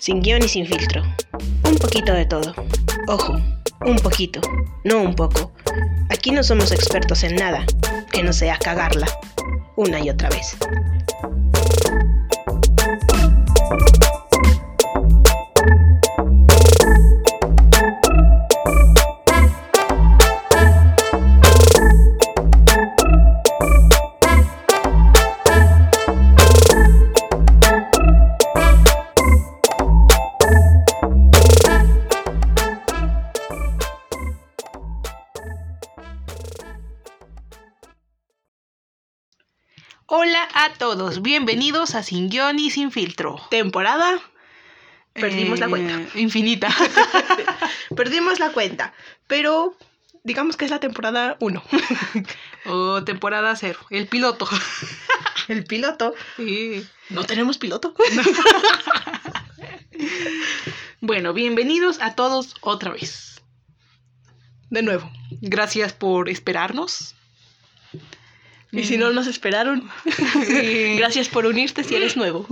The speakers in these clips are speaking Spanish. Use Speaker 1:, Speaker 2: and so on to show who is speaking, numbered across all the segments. Speaker 1: sin guión y sin filtro. Un poquito de todo. Ojo, un poquito, no un poco. Aquí no somos expertos en nada, que no sea cagarla, una y otra vez.
Speaker 2: Hola a todos, bienvenidos a Sin Guión y Sin Filtro.
Speaker 1: Temporada, Perdimos la cuenta.
Speaker 2: Eh, Infinita.
Speaker 1: perdimos la cuenta, pero digamos que es la temporada 1.
Speaker 2: o temporada cero, el piloto.
Speaker 1: El piloto.
Speaker 2: Sí.
Speaker 1: No tenemos piloto.
Speaker 2: Bueno, bienvenidos a todos otra vez.
Speaker 1: De nuevo.
Speaker 2: Gracias por esperarnos.
Speaker 1: Y si
Speaker 2: Mm.
Speaker 1: no nos esperaron,
Speaker 2: Sí.
Speaker 1: gracias por unirte si eres nuevo.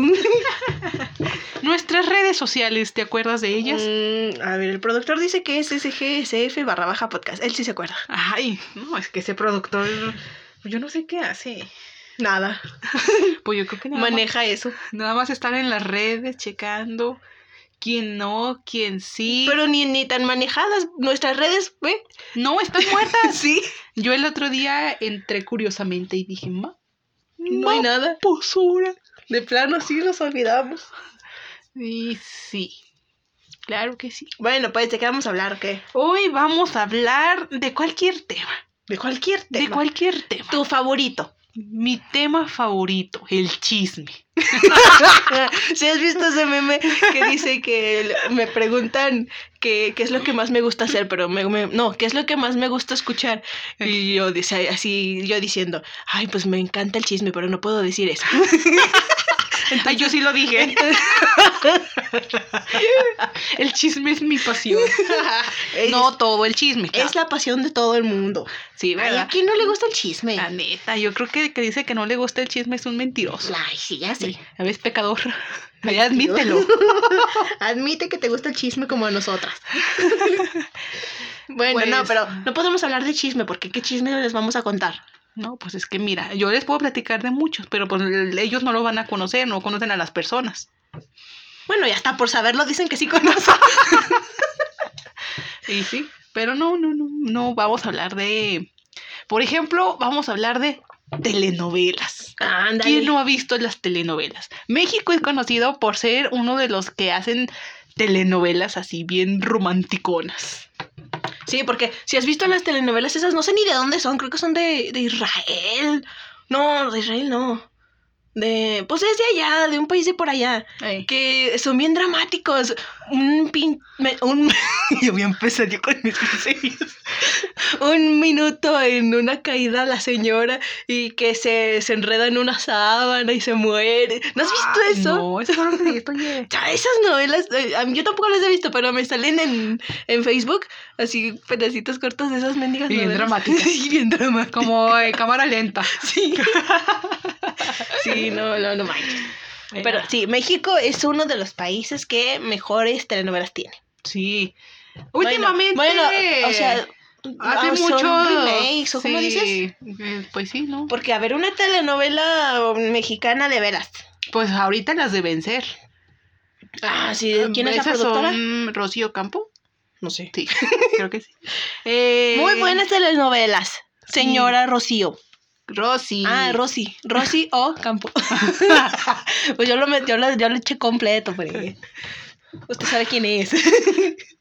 Speaker 2: Nuestras redes sociales, ¿te acuerdas de ellas?
Speaker 1: Mm, a ver, el productor dice que es SGSF barra baja podcast. Él sí se acuerda.
Speaker 2: Ay, no, es que ese productor, yo no sé qué hace.
Speaker 1: Nada.
Speaker 2: Pues yo creo que nada más-
Speaker 1: Maneja eso.
Speaker 2: Nada más estar en las redes checando quién no, quién sí.
Speaker 1: Pero ni, ni tan manejadas nuestras redes, ¿ve?
Speaker 2: no, están muertas.
Speaker 1: Sí.
Speaker 2: Yo el otro día entré curiosamente y dije, ma,
Speaker 1: No hay
Speaker 2: ma,
Speaker 1: nada.
Speaker 2: posura.
Speaker 1: De plano sí nos olvidamos.
Speaker 2: Y sí, claro que sí.
Speaker 1: Bueno, pues, ¿de qué vamos a hablar? ¿Qué?
Speaker 2: Hoy vamos a hablar de cualquier tema.
Speaker 1: De cualquier tema.
Speaker 2: De cualquier tema.
Speaker 1: Tu favorito.
Speaker 2: Mi tema favorito, el chisme.
Speaker 1: Ah, Si has visto ese meme que dice que el- me preguntan que- qué es lo que más me gusta hacer, pero me, me- no, qué es lo que más me gusta escuchar. Y yo dice así, yo diciendo, ay, pues me encanta el chisme, pero no puedo decir eso.
Speaker 2: Ay, yo sí lo dije. El chisme es mi pasión.
Speaker 1: Es-
Speaker 2: No todo el chisme. claro.
Speaker 1: Es la pasión de todo el mundo.
Speaker 2: Sí,
Speaker 1: Ay,
Speaker 2: ¿verdad?
Speaker 1: ¿A quién no le gusta el chisme?
Speaker 2: La neta, yo creo que el que dice que no le gusta el chisme es un mentiroso.
Speaker 1: Ay, sí, ya sé.
Speaker 2: A ver, es pecador. Ya admítelo.
Speaker 1: Admite que te gusta el chisme como a nosotras. bueno,
Speaker 2: Pues-
Speaker 1: no, pero no podemos hablar de chisme porque qué chisme les vamos a contar.
Speaker 2: No, pues es que mira, yo les puedo platicar de muchos, pero pues l- ellos no lo van a conocer, no conocen a las personas.
Speaker 1: Bueno, ya está, por saberlo dicen que sí conozco.
Speaker 2: Y sí, pero no, no, no, no vamos a hablar de. Por ejemplo, vamos a hablar de telenovelas.
Speaker 1: Ándale.
Speaker 2: ¿Quién no ha visto las telenovelas? México es conocido por ser uno de los que hacen telenovelas así bien romanticonas.
Speaker 1: Sí, porque si has visto las telenovelas esas, no sé ni de dónde son, creo que son de, de Israel. No, de Israel no. De, pues es de allá, de un país de por allá. Que son bien dramáticos. Un pin... me- un... yo voy a empezar yo con mis consejos. un minuto en una caída la señora y que se, se enreda en una sábana y se muere. ¿No has visto
Speaker 2: Ah,
Speaker 1: eso?
Speaker 2: No, eso no lo he visto, oye.
Speaker 1: Ya, Esas novelas, eh, a mí- yo tampoco las he visto, pero me salen en, en Facebook, así pedacitos cortos de esas mendigas
Speaker 2: Y bien
Speaker 1: novelas.
Speaker 2: dramáticas.
Speaker 1: Sí, bien dramáticas.
Speaker 2: Como eh, cámara lenta.
Speaker 1: Sí. sí, no, no, no manches. Pero
Speaker 2: Pero
Speaker 1: sí, México es uno de los países que mejores telenovelas tiene.
Speaker 2: sí. Últimamente.
Speaker 1: Bueno, bueno, o sea,
Speaker 2: hace
Speaker 1: ah, son
Speaker 2: mucho.
Speaker 1: remakes, ¿o cómo dices?
Speaker 2: Pues sí, ¿no?
Speaker 1: Porque, a ver, una telenovela mexicana de veras.
Speaker 2: Pues ahorita las de vencer.
Speaker 1: Ah, sí, ¿de ¿quién es la
Speaker 2: Esas
Speaker 1: productora?
Speaker 2: Son Rocío Campo.
Speaker 1: No sé.
Speaker 2: Sí, creo que sí. Eh,
Speaker 1: Muy buenas telenovelas,
Speaker 2: Sí.
Speaker 1: señora Rocío.
Speaker 2: Rosy.
Speaker 1: Ah, Rosy. Rosy o Campo. pues yo lo, metí, yo lo, yo lo eché completo, porque usted sabe quién es.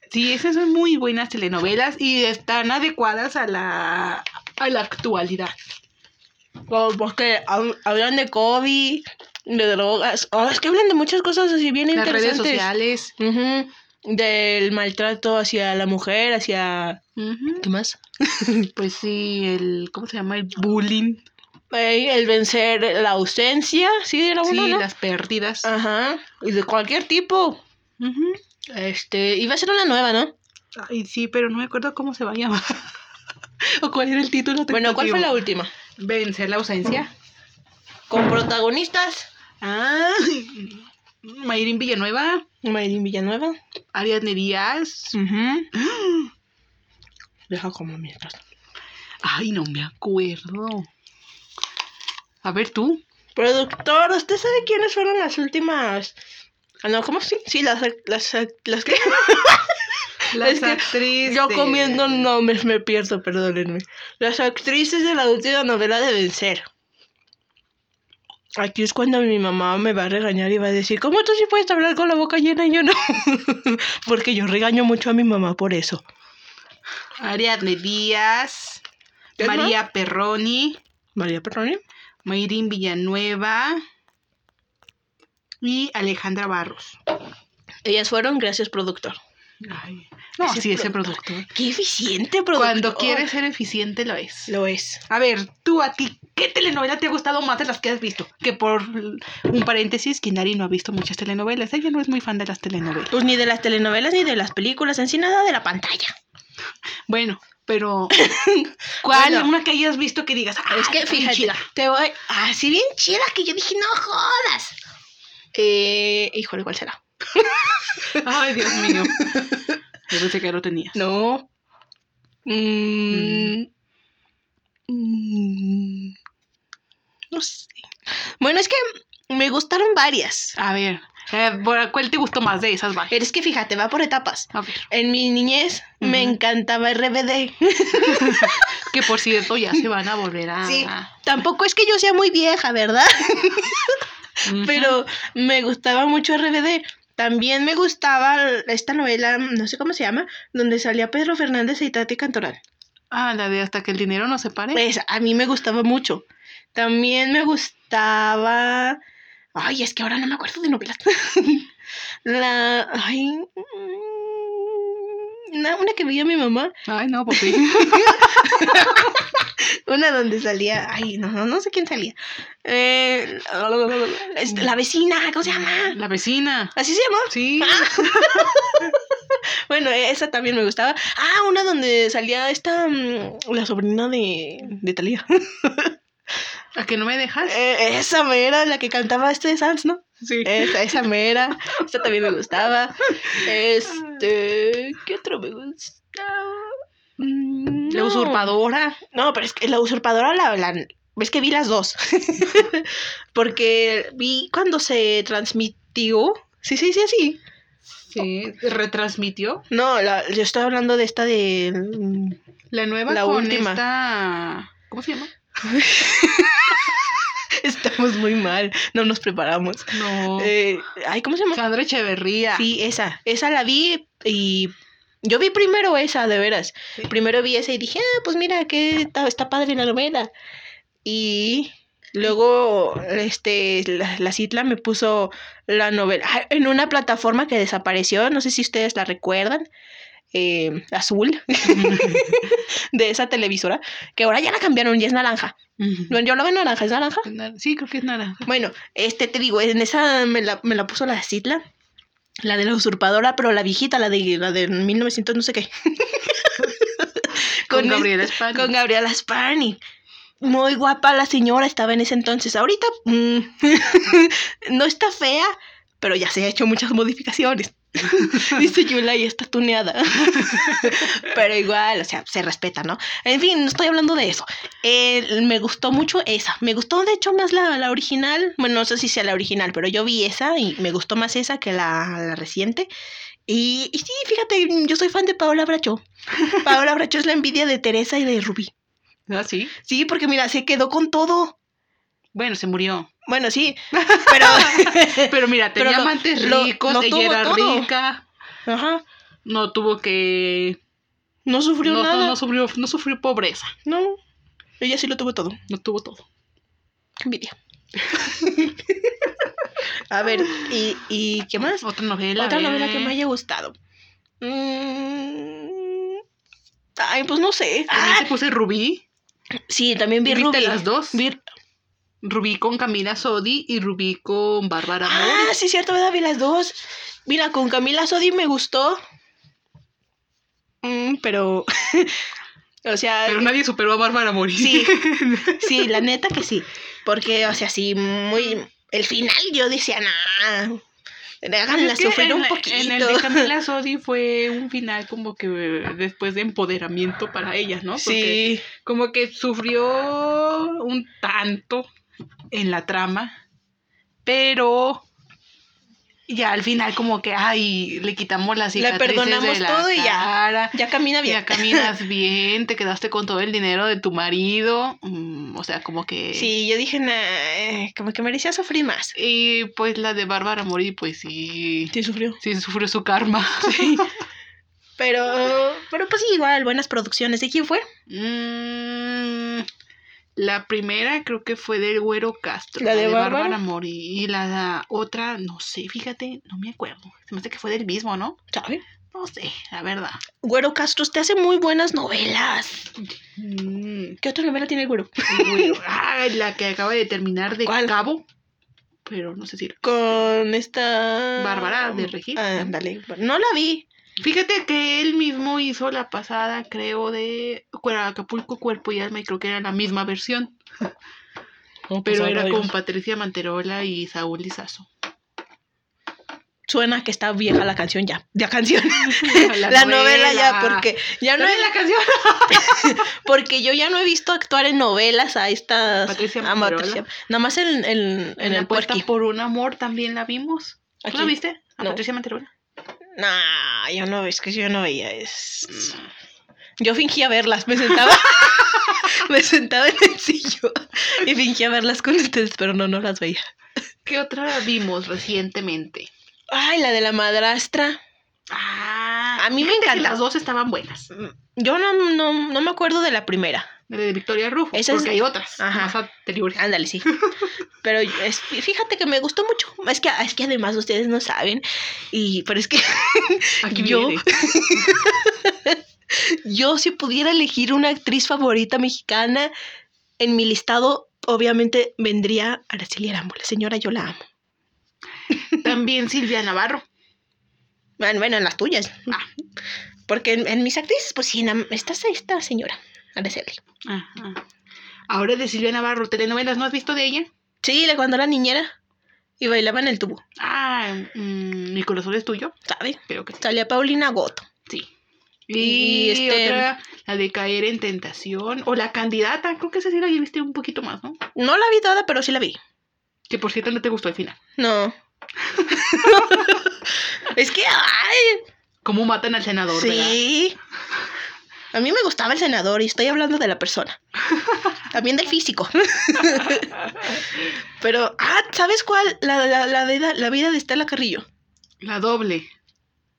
Speaker 2: Sí, esas son muy buenas telenovelas y están adecuadas a la, a la actualidad.
Speaker 1: Pues, Porque hablan de COVID, de drogas. Oh, es que hablan de muchas cosas así bien
Speaker 2: Las
Speaker 1: interesantes.
Speaker 2: redes sociales.
Speaker 1: Ujú. Del maltrato hacia la mujer, hacia...
Speaker 2: Ujú.
Speaker 1: ¿Qué más?
Speaker 2: Pues sí, el. ¿Cómo se llama? El bullying.
Speaker 1: Eh, el vencer la ausencia, sí, era uno,
Speaker 2: Sí,
Speaker 1: ¿no?
Speaker 2: las pérdidas.
Speaker 1: Ajá, y de cualquier tipo.
Speaker 2: Ujú.
Speaker 1: Este, iba a ser una nueva, ¿no?
Speaker 2: Ay, sí, pero no me acuerdo cómo se va a llamar. o cuál era el título.
Speaker 1: Bueno, ¿cuál fue la
Speaker 2: tentativo.
Speaker 1: última?
Speaker 2: Vencer la ausencia.
Speaker 1: Con protagonistas.
Speaker 2: Ah, Mm, Mayrin Villanueva.
Speaker 1: Mayrin Villanueva.
Speaker 2: Ariadne Díaz.
Speaker 1: Deja como mientras.
Speaker 2: Ay, no me acuerdo. A ver tú.
Speaker 1: Productor, ¿usted sabe quiénes fueron las últimas? Ah, no, ¿cómo sí? Sí, las las las que
Speaker 3: Las
Speaker 1: Es que
Speaker 3: actrices.
Speaker 1: yo comiendo nombres me pierdo, perdónenme. Las actrices de la última novela de Vencer. Aquí es cuando mi mamá me va a regañar y va a decir, ¿cómo tú sí puedes hablar con la boca llena y yo no? Porque yo regaño mucho a mi mamá por eso.
Speaker 2: Ariadne Díaz.
Speaker 1: ¿Quién más?
Speaker 2: María Perroni.
Speaker 1: María Perroni.
Speaker 2: Mayrin Villanueva. Y Alejandra Barros.
Speaker 1: Ellas fueron, gracias productor.
Speaker 2: Ay, no,
Speaker 1: Ese
Speaker 2: sí, ese
Speaker 1: productor.
Speaker 2: productor.
Speaker 1: ¡Qué eficiente productor!
Speaker 2: Cuando quieres ser eficiente lo es.
Speaker 1: Lo es.
Speaker 2: A ver, tú a ti, ¿qué telenovela te ha gustado más de las que has visto? Que por un paréntesis, Kinari no ha visto muchas telenovelas. Ella no es muy fan de las telenovelas.
Speaker 1: Pues ni de las telenovelas ni de las películas, en sí nada de la pantalla.
Speaker 2: Bueno, pero ¿cuál
Speaker 1: Bueno.
Speaker 2: una que hayas visto que digas? "Ah,
Speaker 1: es que
Speaker 2: está bien
Speaker 1: fíjate,
Speaker 2: chida"?
Speaker 1: te voy así bien chida que yo dije, no jodas. Eh, híjole, ¿cuál será?
Speaker 2: Ay, Dios mío. Yo pensé que ya lo tenía.
Speaker 1: No. Mm. Mm. No sé. Bueno, es que me gustaron varias.
Speaker 2: A ver, eh, ¿por- ¿cuál te gustó más de esas? Vale.
Speaker 1: Pero es que fíjate, va por etapas.
Speaker 2: A ver,
Speaker 1: En mi niñez me
Speaker 2: Ujú.
Speaker 1: encantaba RBD.
Speaker 2: que por cierto ya se van a volver a...
Speaker 1: Sí. Tampoco es que yo sea muy vieja, ¿verdad?
Speaker 2: Ujú.
Speaker 1: pero me gustaba mucho RBD. También me gustaba esta novela, no sé cómo se llama, donde salía Pedro Fernández y Tati Cantoral.
Speaker 2: Ah, la de hasta que el dinero no se pare.
Speaker 1: Pues a mí me gustaba mucho. También me gustaba. Ay, es que ahora no me acuerdo de novelas. La. Ay. mm, Una, una que veía mi mamá,
Speaker 2: Ay, no, porque...
Speaker 1: una donde salía, ay, no, no, no sé quién salía. Eh, este, la vecina, ¿cómo se llama?
Speaker 2: La vecina.
Speaker 1: ¿Así se llama?
Speaker 2: Sí.
Speaker 1: Bueno, e-, esa también me gustaba. Ah, una donde salía esta, mm, la sobrina de, de Talía.
Speaker 2: ¿A que no me dejas?
Speaker 1: Eh, esa mera, la que cantaba este de Sans, ¿no?
Speaker 2: Sí.
Speaker 1: Esa, esa mera. Esa también me gustaba. Este, ¿qué otro me gustaba? Mm,
Speaker 2: La
Speaker 1: no.
Speaker 2: usurpadora.
Speaker 1: No, pero es que la usurpadora la... la es que vi las dos. Porque vi cuando se transmitió. Sí, sí, sí, sí.
Speaker 2: Sí. Retransmitió.
Speaker 1: No, la- yo estaba hablando de esta de... mm,
Speaker 2: La nueva
Speaker 1: La
Speaker 2: con
Speaker 1: última.
Speaker 2: esta- ¿Cómo se llama?
Speaker 1: Estamos muy mal, no nos preparamos.
Speaker 2: No.
Speaker 1: Eh, ay, ¿cómo se llama?
Speaker 2: Sandra Echeverría.
Speaker 1: Sí, esa. Esa la vi y yo vi primero esa, de veras.
Speaker 2: Sí.
Speaker 1: Primero vi esa y dije, ah, pues mira, que está, está padre la novela. Y luego, este, la, la Citla me puso la novela ah, en una plataforma que desapareció, no sé si ustedes la recuerdan. eh, azul de esa televisora que ahora ya la cambiaron ya es naranja bueno yo lo veo naranja es naranja
Speaker 2: Sí, creo que es naranja.
Speaker 1: bueno, este te digo, en esa me la, me la puso la Citla, la de la usurpadora, pero la viejita, la de la de 1900 no sé qué.
Speaker 2: Con,
Speaker 1: este, Con
Speaker 2: Gabriela España.
Speaker 1: Con Gabriela Spani. Muy guapa la señora estaba en ese entonces. Ahorita mm, no está fea, pero ya se ha hecho muchas modificaciones. Dice Yula y está tuneada. pero igual, o sea, se respeta, ¿no? En fin, no estoy hablando de eso. Eh, me gustó mucho esa. Me gustó, de hecho, más la, la original. Bueno, no sé si sea la original, pero yo vi esa y me gustó más esa que la, la reciente. Y, y sí, fíjate, yo soy fan de Paola Bracho. Paola Bracho es la envidia de Teresa y de Rubí.
Speaker 2: Ah, sí.
Speaker 1: Sí, porque mira, se quedó con todo.
Speaker 2: Bueno, se murió.
Speaker 1: Bueno, sí, pero...
Speaker 2: Pero mira, tenía
Speaker 1: Pero lo-
Speaker 2: amantes
Speaker 1: lo-
Speaker 2: ricos,
Speaker 1: lo
Speaker 2: ella
Speaker 1: tuvo
Speaker 2: era
Speaker 1: todo.
Speaker 2: rica.
Speaker 1: Ajá,
Speaker 2: No tuvo que...
Speaker 1: no sufrió
Speaker 2: No,
Speaker 1: nada.
Speaker 2: no sufrió, no sufrió pobreza.
Speaker 1: No, ella sí lo tuvo todo.
Speaker 2: No tuvo todo.
Speaker 1: Qué Envidia. A ver, ¿y, y qué más?
Speaker 2: Otra novela.
Speaker 1: Otra
Speaker 2: a ver.
Speaker 1: novela que me haya gustado. Mm, Ay, pues no sé.
Speaker 2: También
Speaker 1: Ah,
Speaker 2: te puse Rubí.
Speaker 1: sí, también vi
Speaker 2: ¿Viste
Speaker 1: Rubí.
Speaker 2: las dos?
Speaker 1: Vi-
Speaker 2: Rubí con Camila Sodi y Rubí con Bárbara
Speaker 1: Ah,
Speaker 2: Mori.
Speaker 1: sí, cierto, ¿verdad? Vi las dos. Mira, con Camila Sodi me gustó. Mm, pero... o sea...
Speaker 2: Pero nadie superó a Bárbara Mori.
Speaker 1: Sí, sí, la neta que sí. Porque, o sea, sí, muy. El final yo decía, nah. Háganla
Speaker 2: Es que
Speaker 1: sufrir
Speaker 2: en
Speaker 1: un
Speaker 2: la-
Speaker 1: poquito.
Speaker 2: En el de Camila Sodi fue un final como que eh, después de empoderamiento para ella, ¿no?
Speaker 1: sí.
Speaker 2: Porque como que sufrió un tanto en la trama, pero ya al final como que, ay, le quitamos las
Speaker 1: Le
Speaker 2: cicatrices
Speaker 1: perdonamos
Speaker 2: de la
Speaker 1: todo y ya.
Speaker 2: cara,
Speaker 1: Ya camina bien.
Speaker 2: Ya caminas bien, te quedaste con todo el dinero de tu marido, mm, o sea, como que...
Speaker 1: Sí, yo dije, nah, eh, como que merecía sufrir más.
Speaker 2: Y pues la de Bárbara Mori, pues sí,
Speaker 1: Sí, sufrió.
Speaker 2: sí sufrió su karma.
Speaker 1: Pero, pero pues sí, igual, buenas producciones. ¿De quién fue?
Speaker 2: Mm, la primera creo que fue del Güero Castro.
Speaker 1: ¿La de Bárbara?
Speaker 2: Bárbara Mori. Y la, la otra, no sé, fíjate, no me acuerdo. Se me hace que fue del mismo, ¿no?
Speaker 1: ¿Sabe?
Speaker 2: No sé, la verdad.
Speaker 1: Güero Castro, usted hace muy buenas novelas.
Speaker 2: Mm,
Speaker 1: ¿Qué otra novela tiene el güero?
Speaker 2: el Güero. Ay, la que acaba de terminar de
Speaker 1: ¿Cuál?
Speaker 2: cabo. Pero no sé si.
Speaker 1: Con esta... um,
Speaker 2: Bárbara de Regil.
Speaker 1: Ándale. No la vi.
Speaker 2: Fíjate que él mismo hizo la pasada, creo, de Cuer- Acapulco, Cuerpo y Alma, y creo que era la misma versión.
Speaker 1: pues
Speaker 2: Pero era con Patricia Manterola y Saúl Lizazo.
Speaker 1: Suena que está vieja la canción ya. Ya canción.
Speaker 2: La
Speaker 1: La, novela ya, porque ya no
Speaker 2: Dame
Speaker 1: es
Speaker 2: la canción.
Speaker 1: Porque yo ya no he visto actuar en novelas a estas.
Speaker 2: Patricia
Speaker 1: a
Speaker 2: Manterola.
Speaker 1: Nada más en, en, en el
Speaker 2: Apuesta
Speaker 1: puerqui.
Speaker 2: por un amor también la vimos. ¿Tú
Speaker 1: Aquí.
Speaker 2: la viste? A
Speaker 1: No.
Speaker 2: Patricia Manterola.
Speaker 1: No, yo no, es que yo no veía es.
Speaker 2: Mm.
Speaker 1: Yo fingía verlas, me sentaba. me sentaba en el sillón y fingía verlas con ustedes, pero no, no las veía.
Speaker 2: ¿Qué otra vimos recientemente?
Speaker 1: Ay, la de la madrastra.
Speaker 2: Ah, Mm.
Speaker 1: A mí me
Speaker 2: fíjate que
Speaker 1: encanta.
Speaker 2: las dos estaban buenas.
Speaker 1: Yo no, no, no me acuerdo de la primera.
Speaker 2: La de Victoria Rufo,
Speaker 1: Esa es-
Speaker 2: porque hay otras
Speaker 1: Ajá.
Speaker 2: más anteriores.
Speaker 1: Ándale, sí. Pero es- fíjate que me gustó mucho. Es que, es que además ustedes no saben. Y, pero es que
Speaker 2: Aquí
Speaker 1: yo-
Speaker 2: viene.
Speaker 1: Yo si pudiera elegir una actriz favorita mexicana en mi listado, obviamente vendría Araceli Arámbula. Señora, yo la amo.
Speaker 2: También Silvia Navarro.
Speaker 1: Bueno, bueno, en las tuyas.
Speaker 2: Ah.
Speaker 1: Porque en, en mis actrices, pues sí, nam- está esta señora, Araceli.
Speaker 2: Ajá. Ahora de Silvia Navarro, telenovelas, ¿no has visto de ella?
Speaker 1: Sí, le cuando era niñera y bailaba en el tubo,
Speaker 2: Ah, mm, mi corazón es tuyo,
Speaker 1: ¿sabe?
Speaker 2: pero que sí.
Speaker 1: Salía Paulina Goto.
Speaker 2: Sí.
Speaker 1: Y,
Speaker 2: Y,
Speaker 1: este-
Speaker 2: otra, la de caer en tentación, o la candidata, creo que esa sí la viste un poquito más, ¿no?
Speaker 1: No la vi toda, pero sí la vi.
Speaker 2: Que por cierto no te gustó el final.
Speaker 1: No. es que, ay,
Speaker 2: Cómo matan al senador, ¿verdad?
Speaker 1: Sí. A mí me gustaba el senador y estoy hablando de la persona. También del físico. Pero, ah, ¿sabes cuál? La, la, la, de- la vida de Estela Carrillo.
Speaker 2: La doble.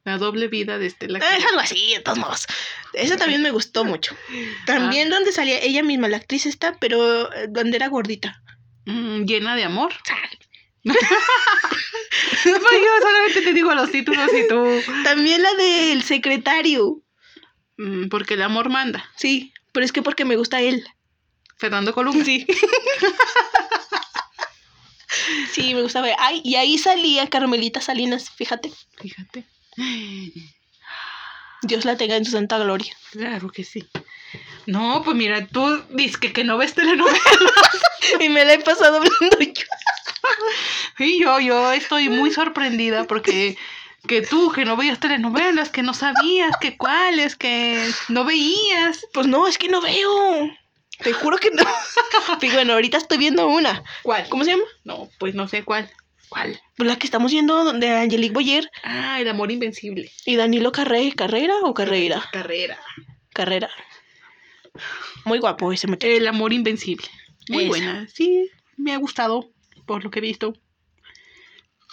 Speaker 2: La doble vida de Estela.
Speaker 1: Ah, Es algo así, de todos modos. Esa también me gustó mucho. También donde salía ella misma, la actriz está, pero eh, donde era gordita.
Speaker 2: Mm, llena de amor. Pues yo solamente te digo los títulos y tú.
Speaker 1: También la del secretario.
Speaker 2: Mm, porque el amor manda.
Speaker 1: Sí, pero es que porque me gusta él.
Speaker 2: Fernando Columna.
Speaker 1: Sí. Sí, me gustaba. Ay, y ahí salía Carmelita Salinas, fíjate.
Speaker 2: Fíjate.
Speaker 1: Dios la tenga en su santa gloria.
Speaker 2: Claro que sí. No, pues mira, tú dices que, no ves telenovela.
Speaker 1: Y me la he pasado hablando yo.
Speaker 2: Y yo, yo estoy muy sorprendida porque que tú, que no veías telenovelas, que no sabías, que cuáles, que no veías.
Speaker 1: Pues no, es que no veo. Te juro que no. Y bueno, ahorita estoy viendo una.
Speaker 2: ¿Cuál?
Speaker 1: ¿Cómo se llama?
Speaker 2: No, pues no sé cuál. ¿Cuál?
Speaker 1: Pues la que estamos viendo donde Angelique Boyer
Speaker 2: Ah, el amor invencible.
Speaker 1: y Danilo Carre ¿Carrera o Carreira?
Speaker 2: Carrera.
Speaker 1: Carrera. Muy guapo ese muchacho.
Speaker 2: El amor invencible. Muy
Speaker 1: Esa.
Speaker 2: buena. Sí, me ha gustado por lo que he visto.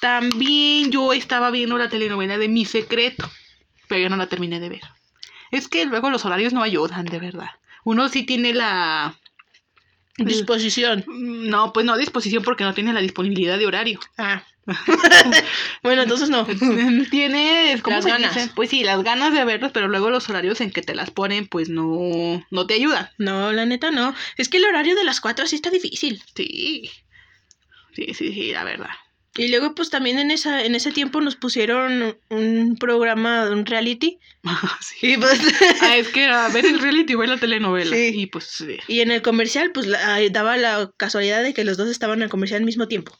Speaker 2: También yo estaba viendo la telenovela de Mi Secreto, pero yo no la terminé de ver. Es que luego los horarios no ayudan, de verdad. Uno sí tiene la...
Speaker 1: Disposición.
Speaker 2: No, pues no disposición porque no tiene la disponibilidad de horario.
Speaker 1: Ah. bueno, entonces no.
Speaker 2: Tienes ¿cómo
Speaker 1: Las
Speaker 2: se
Speaker 1: ganas.
Speaker 2: dice? Pues sí, las ganas de verlas, pero luego los horarios en que te las ponen, pues no, no te ayudan.
Speaker 1: No, la neta no. Es que el horario de las cuatro sí está difícil.
Speaker 2: Sí. Sí, sí, sí, la verdad.
Speaker 1: Y luego, pues también en esa, en ese tiempo nos pusieron un programa, un reality.
Speaker 2: Sí.
Speaker 1: Y pues.
Speaker 2: Ah, es que era ver el reality y ver la telenovela.
Speaker 1: Sí.
Speaker 2: Y pues sí.
Speaker 1: Y en el comercial, pues la- ay, daba la casualidad de que los dos estaban en el comercial al mismo tiempo.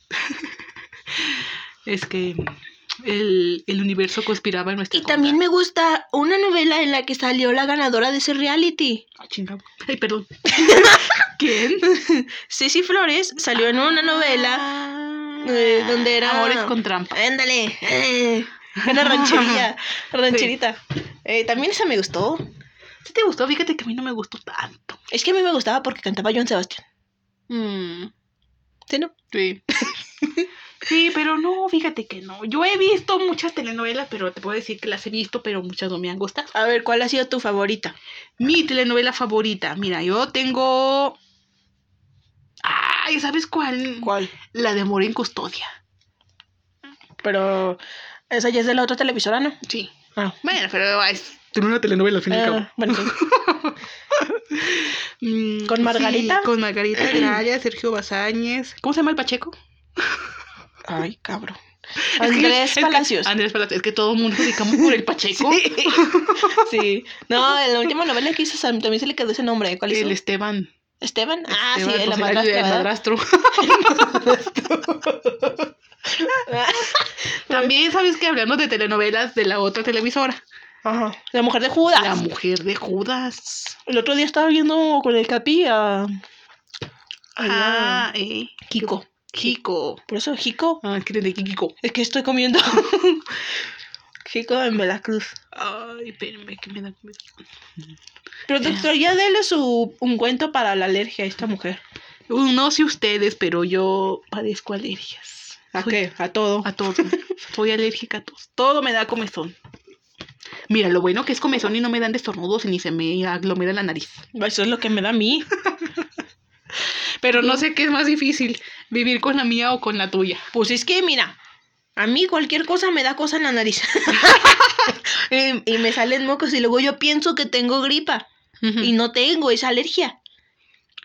Speaker 2: es que el, el universo conspiraba en nuestra
Speaker 1: Y también me gusta una novela en la que salió la ganadora de ese reality.
Speaker 2: Ah, chingado. Ay, perdón. ¿Quién?
Speaker 1: Ceci Flores salió en una novela eh, donde era...
Speaker 2: Amores con trampa.
Speaker 1: Ándale. eh, una ranchería. Rancherita. Eh, también esa me gustó.
Speaker 2: ¿Sí te gustó? Fíjate que a mí no me gustó tanto.
Speaker 1: Es que a mí me gustaba porque cantaba John Sebastián.
Speaker 2: Mm,
Speaker 1: ¿Sí, no?
Speaker 2: sí. Sí, pero no, fíjate que no. Yo he visto muchas telenovelas, pero te puedo decir que las he visto, pero muchas no me han gustado.
Speaker 1: A ver, ¿cuál ha sido tu favorita?
Speaker 2: Mi telenovela favorita, mira, yo tengo... Ay, ¿sabes cuál?
Speaker 1: ¿Cuál?
Speaker 2: La de Amor en Custodia.
Speaker 1: Pero esa ya es de la otra televisora, ¿no?
Speaker 2: Sí.
Speaker 1: Ah.
Speaker 2: Bueno, pero es... Tiene una telenovela al fin y al cabo.
Speaker 1: Ah, bueno, sí.
Speaker 2: Mm,
Speaker 1: ¿Con Margarita?
Speaker 2: con Margarita Graya, Sergio Bazáñez. ¿Cómo se llama el Pacheco?
Speaker 1: Ay, cabrón.
Speaker 2: Es que-
Speaker 1: Andrés
Speaker 2: es que-
Speaker 1: Palacios.
Speaker 2: Andrés Palacios. Es que todo el mundo se cama por el Pacheco.
Speaker 1: Sí. No, en la última novela que hizo Sam también se le quedó ese nombre. ¿Cuál es?
Speaker 2: El Esteban.
Speaker 1: Esteban. Ah,
Speaker 2: Esteban,
Speaker 1: sí, el
Speaker 2: pues, era
Speaker 1: madrastra.
Speaker 2: el
Speaker 1: ¿verdad?
Speaker 2: madrastro. También sabes que hablamos de telenovelas de la otra televisora.
Speaker 1: Ajá. La mujer de Judas.
Speaker 2: La mujer de Judas.
Speaker 1: El otro día estaba viendo con el Capi a
Speaker 2: Ah, eh.
Speaker 1: Kiko.
Speaker 2: Kiko.
Speaker 1: Por eso, Jico.
Speaker 2: Ah, ¿quién es de Kiko?
Speaker 1: Es que estoy comiendo. Jico en Veracruz.
Speaker 2: Ay, espérenme, que me da comida.
Speaker 1: Productor, ya dele su un cuento para la alergia a esta mujer.
Speaker 2: Uh, No sé ustedes, pero yo padezco alergias.
Speaker 1: ¿A
Speaker 2: Soy-
Speaker 1: qué? A todo.
Speaker 2: A todo. Soy alérgica a todo. Todo me da comezón. Mira, lo bueno que es comezón y no me dan destornudos y ni se me aglomera la nariz.
Speaker 1: Eso es lo que me da a mí.
Speaker 2: Pero no sé qué es más difícil, vivir con la mía o con la tuya.
Speaker 1: Pues es que, mira, a mí cualquier cosa me da cosa en la nariz. y, y me salen mocos y luego yo pienso que tengo gripa. Y no tengo, es alergia.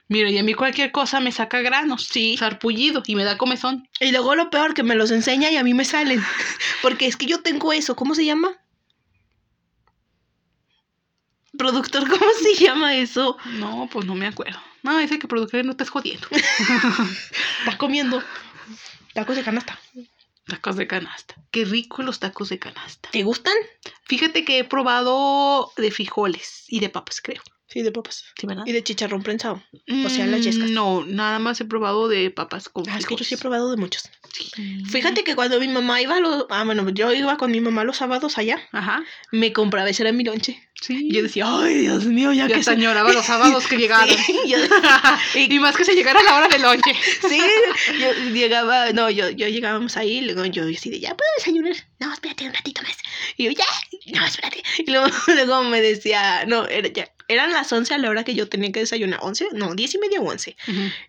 Speaker 2: Mira, y a mí cualquier cosa me saca granos, sí, sarpullido y me da comezón.
Speaker 1: Y luego lo peor, que me los enseña y a mí me salen. Porque es que yo tengo eso. ¿Cómo se llama? Productor, ¿cómo se llama eso?
Speaker 2: No, pues no me acuerdo. No, ese que productor no estás jodiendo.
Speaker 1: Estás comiendo tacos de canasta.
Speaker 2: Tacos de canasta. Qué rico los tacos de canasta.
Speaker 1: ¿Te gustan?
Speaker 2: Fíjate que he probado de frijoles y de papas, creo.
Speaker 1: Sí, de papas.
Speaker 2: Sí, ¿verdad?
Speaker 1: Y de chicharrón prensado. o sea, las
Speaker 2: Mm,
Speaker 1: yescas.
Speaker 2: No, nada más he probado de papas con
Speaker 1: Ah, es que yo sí he
Speaker 2: frijoles.
Speaker 1: probado de muchos.
Speaker 2: Sí.
Speaker 1: Fíjate que cuando mi mamá iba a los... Ah, bueno, yo iba con mi mamá los sábados allá.
Speaker 2: Ajá.
Speaker 1: Me compraba ese era mi lonche.
Speaker 2: Sí.
Speaker 1: Y yo decía, ay, Dios mío, ya
Speaker 2: ya
Speaker 1: que
Speaker 2: que
Speaker 1: se...
Speaker 2: señoraba los sábados que llegaban.
Speaker 1: Sí, yo,
Speaker 2: y más que se llegara la hora del lonche.
Speaker 1: sí, yo llegaba, no, yo, yo llegábamos ahí, y luego yo así de, ya puedo desayunar, no, espérate un ratito más. Y yo, ya, no, espérate. Y luego, luego me decía, no, era, ya, eran las 11 a la hora que yo tenía que desayunar, 11, no, 10 y media o 11.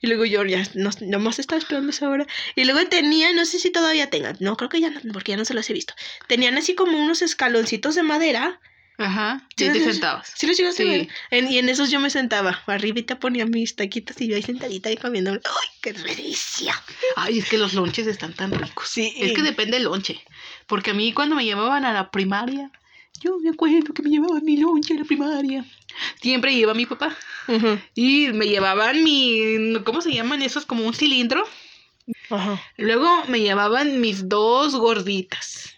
Speaker 1: Y luego yo ya no, nomás estaba esperando esa hora. Y luego tenía, no sé si todavía tengan, no, creo que ya no, porque ya no se los he visto. Tenían así como unos escaloncitos de madera.
Speaker 2: Ajá.
Speaker 1: Sí,
Speaker 2: Y te
Speaker 1: sí, sí.
Speaker 2: sentabas.
Speaker 1: Sí, los llegaste a
Speaker 2: Sí.
Speaker 1: ver. En- y en esos yo me sentaba. Arribita ponía mis taquitos y yo ahí sentadita ahí comiendo. ¡Ay, qué delicia!
Speaker 2: Ay, es que los lonches están tan ricos.
Speaker 1: Sí.
Speaker 2: Es que depende del lonche. Porque a mí cuando me llevaban a la primaria, yo me acuerdo que me llevaban mi lonche a la primaria. Siempre lleva mi papá.
Speaker 1: Ujú.
Speaker 2: Y me llevaban mi... ¿Cómo se llaman esos? Como un cilindro.
Speaker 1: Ajá.
Speaker 2: Luego me llevaban mis dos gorditas.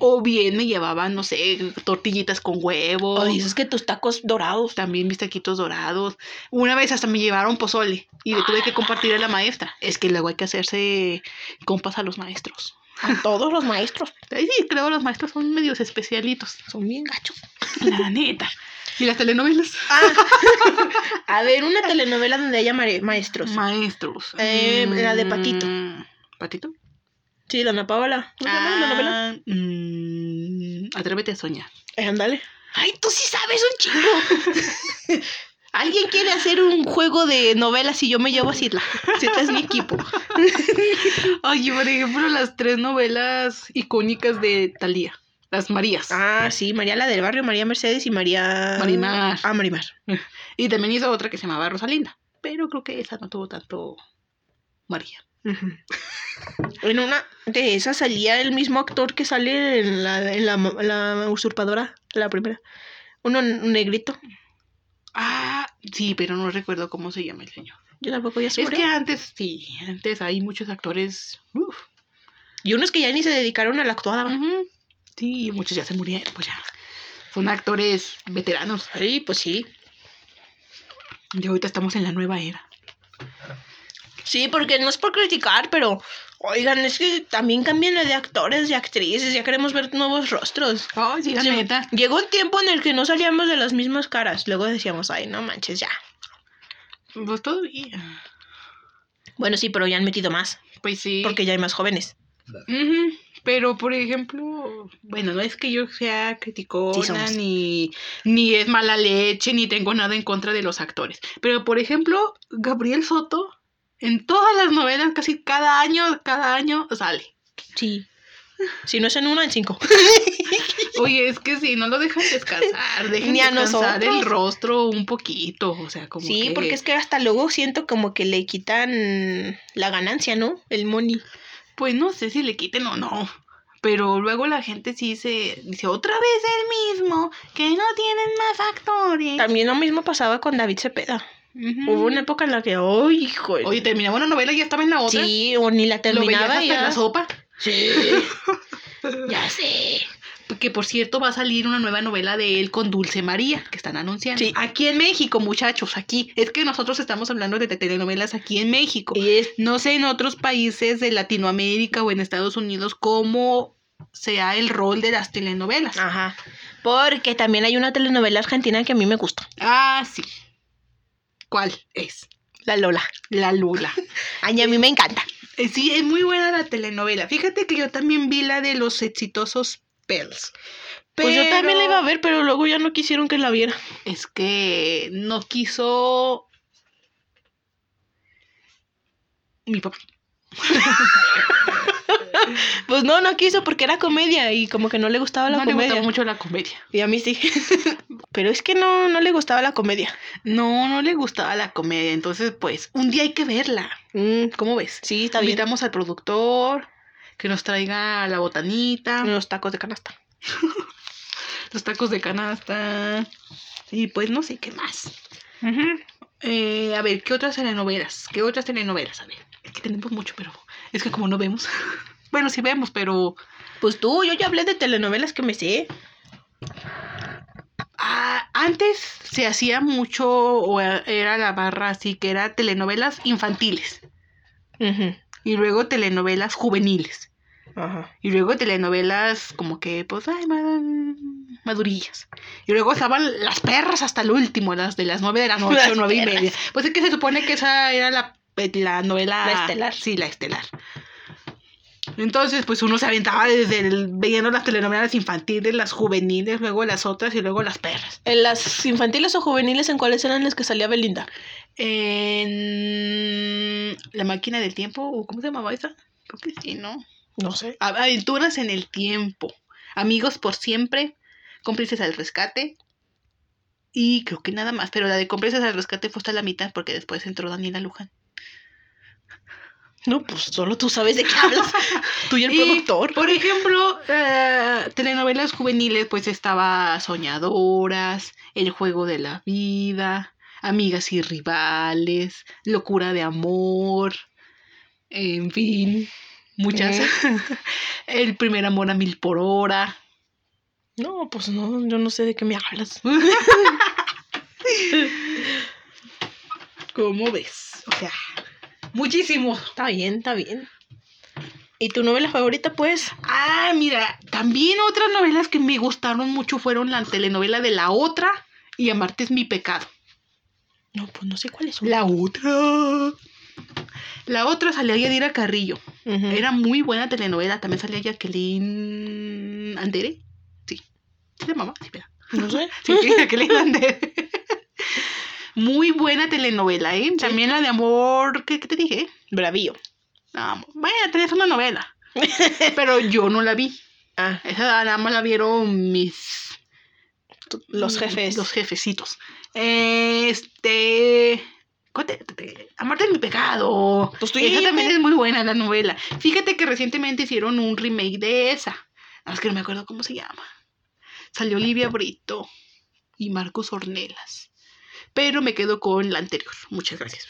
Speaker 2: O bien me llevaban, no sé, tortillitas con huevo.
Speaker 1: Ay, esos Oh, que tus tacos dorados.
Speaker 2: También mis taquitos dorados. Una vez hasta me llevaron pozole y le tuve que compartir a la maestra. Es que luego hay que hacerse compas a los maestros.
Speaker 1: A todos los maestros.
Speaker 2: Ay, sí, creo que los maestros son medios especialitos.
Speaker 1: Son bien gachos.
Speaker 2: La neta. ¿Y las telenovelas?
Speaker 1: A ver, una telenovela donde haya mare- maestros.
Speaker 2: Maestros.
Speaker 1: Eh, la de Patito.
Speaker 2: Mm, ¿Patito?
Speaker 1: sí, la Ana Paola. ¿Cómo se llama la novela?
Speaker 2: Ah, mm, atrévete a soñar.
Speaker 1: Eh, ándale. Ay, tú sí sabes un chingo. Alguien quiere hacer un juego de novelas y yo me llevo a Sidla. Sidla es mi equipo.
Speaker 2: Oye, por ejemplo, las tres novelas icónicas de Talía. Las Marías.
Speaker 1: Ah, sí, María la del barrio, María Mercedes y María...
Speaker 2: Marimar.
Speaker 1: Ah, Marimar.
Speaker 2: Y también hizo otra que se llamaba Rosalinda. Pero creo que esa no tuvo tanto María.
Speaker 1: En una de esas salía el mismo actor que sale en la, en la, la usurpadora, la primera. Uno n- un negrito.
Speaker 2: Ah, sí, pero no recuerdo cómo se llama el señor.
Speaker 1: Yo tampoco ya se
Speaker 2: Es
Speaker 1: murió.
Speaker 2: que antes, sí, antes hay muchos actores. uf,
Speaker 1: Y unos que ya ni se dedicaron a la actuada.
Speaker 2: Ujú. Sí, y muchos ya se murieron, pues ya. Son actores veteranos.
Speaker 1: Sí, pues sí.
Speaker 2: Y ahorita estamos en la nueva era.
Speaker 1: Sí, porque no es por criticar, pero oigan, es que también cambian de actores, de actrices, ya queremos ver nuevos rostros.
Speaker 2: Oh, sí, la
Speaker 1: Sí.
Speaker 2: neta.
Speaker 1: Llegó un tiempo en el que no salíamos de las mismas caras, luego decíamos, ay, no manches, ya.
Speaker 2: Pues todavía.
Speaker 1: Bueno, sí, pero ya han metido más,
Speaker 2: Pues sí.
Speaker 1: porque ya hay más jóvenes.
Speaker 2: Ujú, Pero, por ejemplo, bueno, no es que yo sea
Speaker 1: Sí
Speaker 2: criticona,
Speaker 1: somos.
Speaker 2: ni, ni es mala leche, ni tengo nada en contra de los actores. Pero, por ejemplo, Gabriel Soto, en todas las novelas, casi cada año, cada año sale.
Speaker 1: Sí. Si no es en una, en cinco.
Speaker 2: Oye, es que sí, no lo dejan descansar, dejen
Speaker 1: Ni a
Speaker 2: descansar el
Speaker 1: nosotros.
Speaker 2: rostro un poquito, o sea, como
Speaker 1: Sí,
Speaker 2: que-
Speaker 1: porque es que hasta luego siento como que le quitan la ganancia, ¿no? El money.
Speaker 2: Pues no sé si le quiten o no. Pero luego la gente sí se dice otra vez el mismo, que no tienen más actores.
Speaker 1: También lo mismo pasaba con David Cepeda.
Speaker 2: Ujú.
Speaker 1: Hubo una época en la que, ¡oh, hijo!
Speaker 2: Mm. Oye, terminaba una novela y ya estaba en la otra.
Speaker 1: Sí, o ni la
Speaker 2: Lo
Speaker 1: terminaba
Speaker 2: veías
Speaker 1: y
Speaker 2: hasta en la sopa.
Speaker 1: Sí. ya sé.
Speaker 2: Que por cierto va a salir una nueva novela de él con Dulce María, que están anunciando.
Speaker 1: Sí.
Speaker 2: Aquí en México, muchachos, aquí. Es que nosotros estamos hablando de telenovelas aquí en México.
Speaker 1: Y es
Speaker 2: No sé en otros países de Latinoamérica o en Estados Unidos cómo sea el rol de las telenovelas. Ah,
Speaker 1: Ajá. Porque también hay una telenovela argentina que a mí me gusta.
Speaker 2: Ah, sí. ¿Cuál es?
Speaker 1: La Lola.
Speaker 2: La Lula.
Speaker 1: Ay, a mí me encanta.
Speaker 2: Eh, Sí, es muy buena la telenovela. Fíjate que yo también vi la de los exitosos Pels.
Speaker 1: Pues yo también la iba a
Speaker 2: ver
Speaker 1: ver, pero luego ya no quisieron que la viera.
Speaker 2: Es que no quiso mi papá.
Speaker 1: Pues no, no quiso porque era comedia y como que no le gustaba la
Speaker 2: no le
Speaker 1: comedia.
Speaker 2: gusta mucho la comedia.
Speaker 1: Y a mí sí. pero es que no, no le gustaba la comedia.
Speaker 2: No, no le gustaba la comedia. Entonces, pues, un día hay que verla.
Speaker 1: Mm,
Speaker 2: ¿Cómo ves?
Speaker 1: sí, está bien.
Speaker 2: Invitamos al productor que nos traiga la botanita,
Speaker 1: Los tacos de canasta.
Speaker 2: los tacos de canasta y pues no sé qué más. Eh, a ver, ¿qué otras telenovelas? ¿Qué otras telenovelas? A ver, es que tenemos mucho, pero es que como no vemos. bueno, sí vemos, pero
Speaker 1: Pues tú, yo ya hablé de telenovelas que me sé.
Speaker 2: Ah, antes se hacía mucho, o e- era la barra así, que era telenovelas infantiles, y luego telenovelas juveniles,
Speaker 1: Ajá.
Speaker 2: y luego telenovelas como que, pues, ay, ma- madurillas. Y luego estaban las perras hasta el último, las de las nueve de la noche
Speaker 1: Las
Speaker 2: o nueve y
Speaker 1: perras.
Speaker 2: media. Pues es que se supone que esa era la, eh, la novela...
Speaker 1: La estelar.
Speaker 2: Sí, la estelar. Entonces, pues uno se aventaba desde el, viendo las telenovelas infantiles, las juveniles, luego las otras y luego las perras.
Speaker 1: ¿En las infantiles o juveniles en cuáles eran las que salía Belinda?
Speaker 2: En la máquina del tiempo, o ¿cómo se llamaba esa? Creo que sí, ¿no?
Speaker 1: No sé.
Speaker 2: A- Aventuras en el tiempo. Amigos por siempre. Cómplices al rescate. Y creo que nada más. Pero la de cómplices al rescate fue hasta la mitad porque después entró Daniela Luján.
Speaker 1: No, pues solo tú sabes de qué hablas. tú y el
Speaker 2: Y,
Speaker 1: productor.
Speaker 2: Por ejemplo, eh, telenovelas juveniles, pues estaba Soñadoras, El juego de la vida, Amigas y rivales, Locura de amor, en fin, muchas.
Speaker 1: Eh.
Speaker 2: El primer amor a mil por hora.
Speaker 1: No, pues no, yo no sé de qué me hablas.
Speaker 2: ¿Cómo ves? O sea, muchísimo.
Speaker 1: Está bien, está bien. ¿Y tu novela favorita, pues?
Speaker 2: Ah, mira, también otras novelas que me gustaron mucho fueron la telenovela de La Otra y Amarte es mi pecado.
Speaker 1: No, pues no sé cuál es.
Speaker 2: La otra. La otra salía Yadira Carrillo.
Speaker 1: Ujú.
Speaker 2: Era muy buena telenovela. También salía Jacqueline Andere. Sí. ¿Sí se mamá? Sí, ¿verdad?
Speaker 1: No sé.
Speaker 2: Sí, sí, Jacqueline Andere. Muy buena telenovela, ¿eh? También la de amor. ¿Qué, qué te dije?
Speaker 1: Bravío.
Speaker 2: Ah, bueno, tenés una novela. Pero yo no la vi.
Speaker 1: Ah,
Speaker 2: Esa nada más la vieron mis mm,
Speaker 1: tú- Mm, los jefes.
Speaker 2: Los jefecitos. Este. ¿cuál te- te- te- Amarte es mi pecado.
Speaker 1: Pues tú
Speaker 2: esa
Speaker 1: dijiste.
Speaker 2: también es muy buena la novela. Fíjate que recientemente hicieron un remake de esa. Ah, Es que no me acuerdo cómo se llama. Salió Olivia Brito y Marcos Ornelas. Pero me quedo con la anterior. Muchas gracias.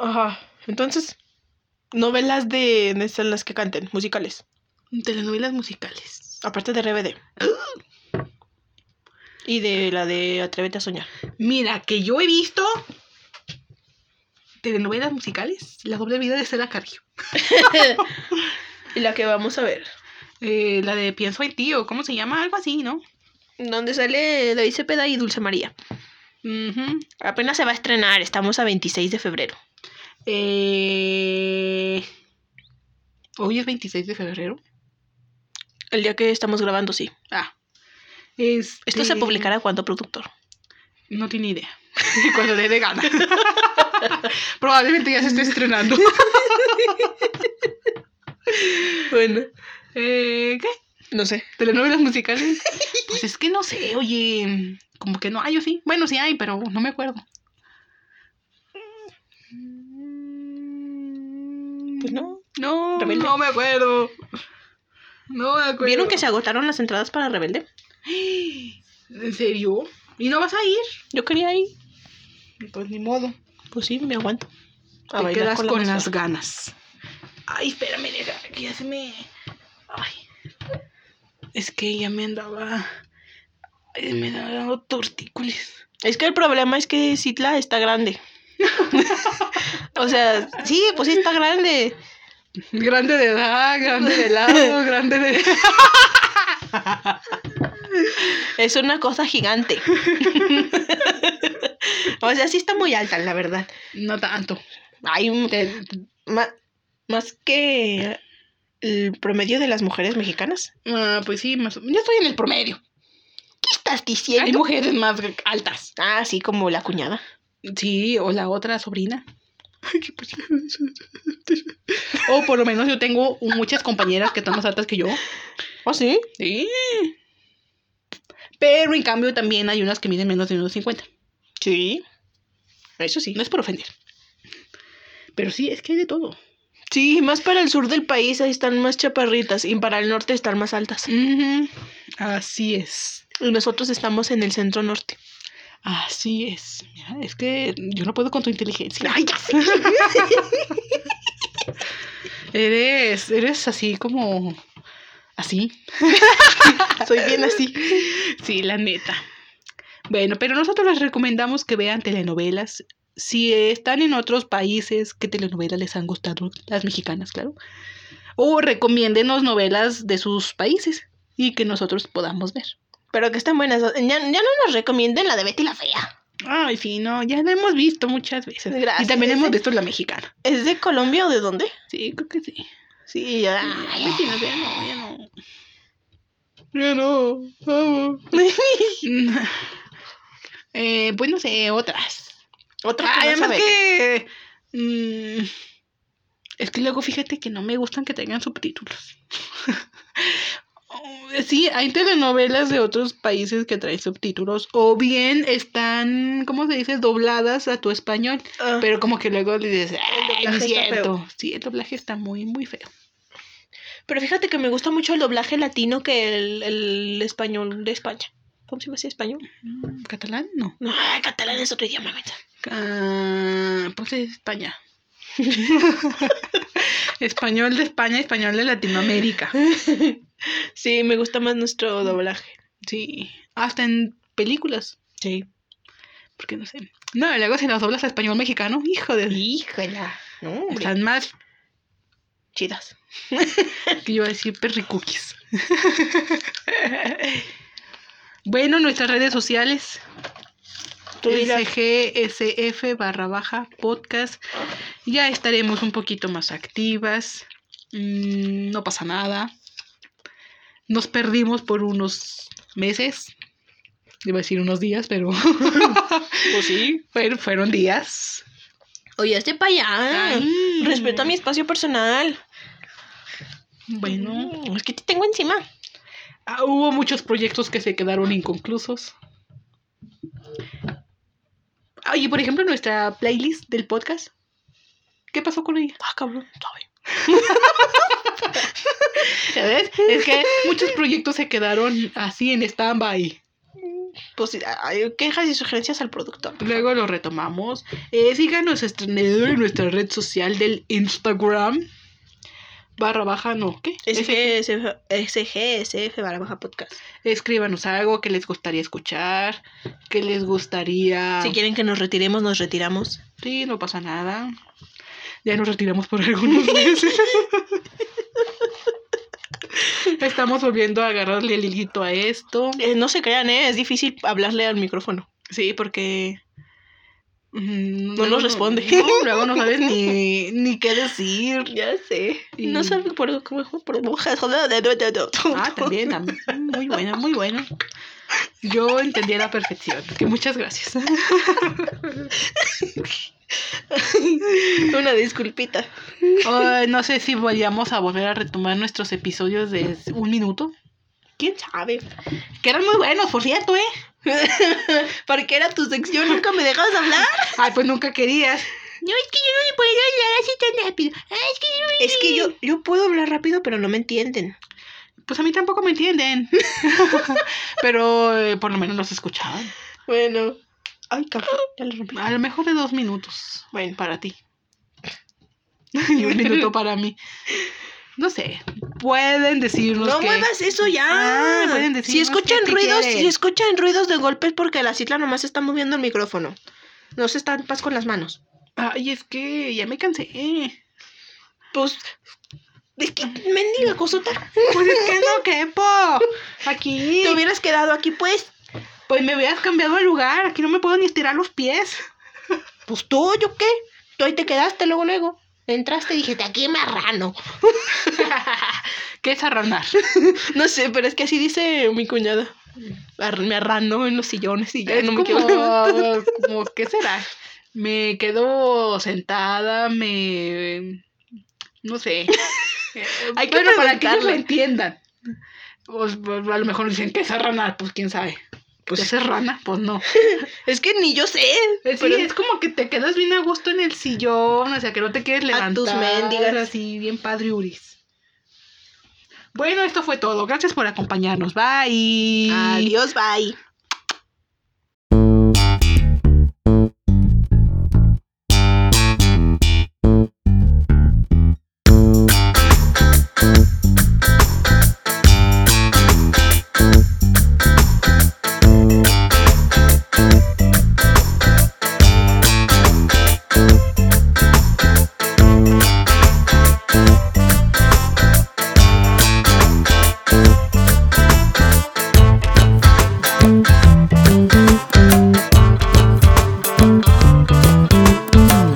Speaker 1: Ajá. Entonces, novelas de, de esas en las que canten, musicales.
Speaker 2: Telenovelas musicales.
Speaker 1: Aparte de RBD. y de la de Atrévete a soñar.
Speaker 2: Mira, que yo he visto telenovelas musicales, la doble vida de Cela Carrillo.
Speaker 1: y la que vamos a ver.
Speaker 2: Eh, la de Pienso en ti o cómo se llama, algo así, ¿no?
Speaker 1: Donde sale David Cepeda y Dulce María. Uh -huh. Apenas se va a estrenar, estamos a 26 de febrero.
Speaker 2: Eh... Hoy es 26 de febrero.
Speaker 1: El día que estamos grabando, sí.
Speaker 2: Ah.
Speaker 1: Este... ¿Esto se publicará cuánto, productor?
Speaker 2: No tiene idea. Cuando le dé gana. Probablemente ya se esté estrenando.
Speaker 1: bueno.
Speaker 2: Eh, ¿Qué?
Speaker 1: No sé.
Speaker 2: ¿Telenovelas musicales? pues es que no sé, oye. Como que no hay, o sí. Bueno, sí hay, pero no me acuerdo.
Speaker 1: Pues no.
Speaker 2: No, Rebelde. no me acuerdo. No me acuerdo.
Speaker 1: ¿Vieron que se agotaron las entradas para Rebelde?
Speaker 2: ¿En serio? ¿Y no vas a ir?
Speaker 1: Yo quería ir.
Speaker 2: Pues ni modo.
Speaker 1: Pues sí, me aguanto.
Speaker 2: A Te quedas con, la con las ganas.
Speaker 1: Ay, espérame, que ya se me. Ay.
Speaker 2: Es que ya me andaba. Ay, me andaba dando tortícolis.
Speaker 1: Es que el problema es que Citla está grande. o sea, sí, pues sí está grande.
Speaker 2: Grande de edad, grande de lado, grande de.
Speaker 1: es una cosa gigante. o sea, sí está muy alta, la verdad.
Speaker 2: No tanto.
Speaker 1: Hay más, más que el promedio de las mujeres mexicanas.
Speaker 2: Ah, pues sí, más. Yo estoy en el promedio.
Speaker 1: ¿Qué estás diciendo?
Speaker 2: Hay mujeres más altas.
Speaker 1: Ah, sí, como la cuñada.
Speaker 2: Sí, o la otra sobrina. o por lo menos yo tengo muchas compañeras que están más altas que yo.
Speaker 1: ¿Oh, sí?
Speaker 2: Sí. Pero en cambio también hay unas que miden menos de 1,50.
Speaker 1: Sí.
Speaker 2: Eso sí, no es por ofender. Pero sí, es que hay de todo.
Speaker 1: Sí, más para el sur del país ahí están más chaparritas y para el norte están más altas.
Speaker 2: Uh -huh. Así es.
Speaker 1: Y nosotros estamos en el centro norte.
Speaker 2: Así es. Mira, es que yo no puedo con tu inteligencia.
Speaker 1: Ay, ya sé.
Speaker 2: eres, eres así como... Así.
Speaker 1: Soy bien así.
Speaker 2: Sí, la neta. Bueno, pero nosotros les recomendamos que vean telenovelas. Si están en otros países, ¿qué telenovelas les han gustado? Las mexicanas, claro. O recomiéndenos novelas de sus países y que nosotros podamos ver.
Speaker 1: Pero que están buenas. Ya, ya no nos recomienden la de Betty la Fea.
Speaker 2: Ay, sí, no, ya la hemos visto muchas veces. Gracias. Y también hemos visto la mexicana.
Speaker 1: ¿Es de Colombia o de dónde?
Speaker 2: Sí, creo que sí.
Speaker 1: Sí, ya.
Speaker 2: Ay, Betty la Fea no, ya no. Ya no, vamos. eh, pues no sé, otras.
Speaker 1: Otras.
Speaker 2: Ah, además que. Mm, es que luego fíjate que no me gustan que tengan subtítulos. sí, hay telenovelas de otros países que traen subtítulos. O bien están, ¿cómo se dice? Dobladas a tu español.
Speaker 1: ah.
Speaker 2: Uh, pero como que luego le dices, el doblaje está feo. Sí, el doblaje está muy, muy feo.
Speaker 1: Pero fíjate que me gusta mucho el doblaje latino que el, el español de España. ¿Cómo se llama ese español?
Speaker 2: Mm. ¿Catalán? No.
Speaker 1: No, catalán es otro idioma, mensa.
Speaker 2: Ah, pues es España. español de España, español de Latinoamérica.
Speaker 1: sí, me gusta más nuestro doblaje.
Speaker 2: Sí. Hasta en películas.
Speaker 1: Sí.
Speaker 2: Porque no sé. No, luego si nos doblas a español mexicano, hijo de.
Speaker 1: Híjola.
Speaker 2: No, Están más
Speaker 1: chidas.
Speaker 2: que yo iba a decir perricookies. bueno, nuestras redes sociales. SGSF barra baja podcast. Ya estaremos un poquito más activas. Mm, no pasa nada. Nos perdimos por unos meses. Iba a decir unos días, pero.
Speaker 1: pues sí.
Speaker 2: Fueron, fueron días.
Speaker 1: Oye, este para allá. Ay. Respeta mi espacio personal. Mm.
Speaker 2: Bueno.
Speaker 1: Es que te tengo encima.
Speaker 2: Ah, hubo muchos proyectos que se quedaron inconclusos. Oye, por ejemplo, nuestra playlist del podcast. ¿Qué pasó con ella?
Speaker 1: Ah, cabrón,
Speaker 2: sabe. ¿Sabes? Es que muchos proyectos se quedaron así en stand-by.
Speaker 1: pues, hay quejas y sugerencias al productor.
Speaker 2: Luego lo retomamos. Eh, síganos estrenador en nuestra red social del Instagram. Barra baja, no, ¿qué?
Speaker 1: SGSF, SGSF barra baja podcast.
Speaker 2: Escríbanos algo que les gustaría escuchar, que les gustaría...
Speaker 1: Si quieren que nos retiremos, nos retiramos.
Speaker 2: Sí, no pasa nada. Ya nos retiramos por algunos meses. Estamos volviendo a agarrarle el hilito a esto.
Speaker 1: Eh, no se crean, ¿eh? es difícil hablarle al micrófono.
Speaker 2: Sí, porque
Speaker 1: mm, no nos responde.
Speaker 2: No, luego no sabes ni, ni qué decir.
Speaker 1: Ya sé.
Speaker 2: Y-
Speaker 1: No sabe por cómo por mojas.
Speaker 2: Ah, también, también. Muy bueno, muy bueno. Yo entendí a la perfección. Que muchas gracias.
Speaker 1: Una disculpita.
Speaker 2: Ay, no sé si vayamos a volver a retomar nuestros episodios de un minuto.
Speaker 1: ¿Quién sabe?
Speaker 2: Que eran muy buenos, por cierto, ¿eh?
Speaker 1: ¿Para qué era tu sección? ¿Nunca me dejabas hablar?
Speaker 2: Ay, pues nunca querías.
Speaker 1: No, es que yo no me puedo hablar así tan rápido. Ah, es que yo, yo puedo hablar rápido, pero no me entienden.
Speaker 2: Pues a mí tampoco me entienden. Pero eh, por lo menos los escuchaban.
Speaker 1: Bueno. Ay, cabrón, ya le rompí.
Speaker 2: A lo mejor de dos minutos.
Speaker 1: Bueno.
Speaker 2: para ti. y un minuto para mí. No sé. Pueden decirnos.
Speaker 1: No
Speaker 2: que-
Speaker 1: muevas eso ya.
Speaker 2: Ah, pueden decirnos
Speaker 1: si escuchan
Speaker 2: qué- qué
Speaker 1: ruidos,
Speaker 2: quieren.
Speaker 1: si escuchan ruidos de golpes porque la citla nomás está moviendo el micrófono. No se están paz con las manos.
Speaker 2: Ay, es que ya me cansé.
Speaker 1: Pues es que mendiga cosota.
Speaker 2: Pues es que no quepo. Aquí.
Speaker 1: Te hubieras quedado aquí pues.
Speaker 2: Pues me hubieras cambiado de lugar. Aquí no me puedo ni estirar los pies.
Speaker 1: Pues tú, yo qué. Tú ahí te quedaste luego luego. Entraste y dijiste, "Aquí marrano."
Speaker 2: ¿Qué es arranar?
Speaker 1: No sé, pero es que así dice mi cuñada. Ar- Me arrano en los sillones y ya
Speaker 2: Es
Speaker 1: no me
Speaker 2: como, ah,
Speaker 1: quiero
Speaker 2: como, ¿qué será? Me quedo sentada, me... No sé.
Speaker 1: Hay
Speaker 2: Hay
Speaker 1: que
Speaker 2: que para que ellos
Speaker 1: preguntarle.
Speaker 2: lo entiendan. Pues, pues, a lo mejor dicen que es rana, pues quién sabe. Pues
Speaker 1: Pues-
Speaker 2: es rana, pues no.
Speaker 1: Es que ni yo sé.
Speaker 2: Sí,
Speaker 1: pero-
Speaker 2: es como que te quedas bien a gusto en el sillón, o sea, que no te quieres
Speaker 1: A
Speaker 2: levantar.
Speaker 1: tus mendigas.
Speaker 2: Así, bien padre Uris. Bueno, esto fue todo. Gracias por acompañarnos. Bye.
Speaker 1: Adiós, bye.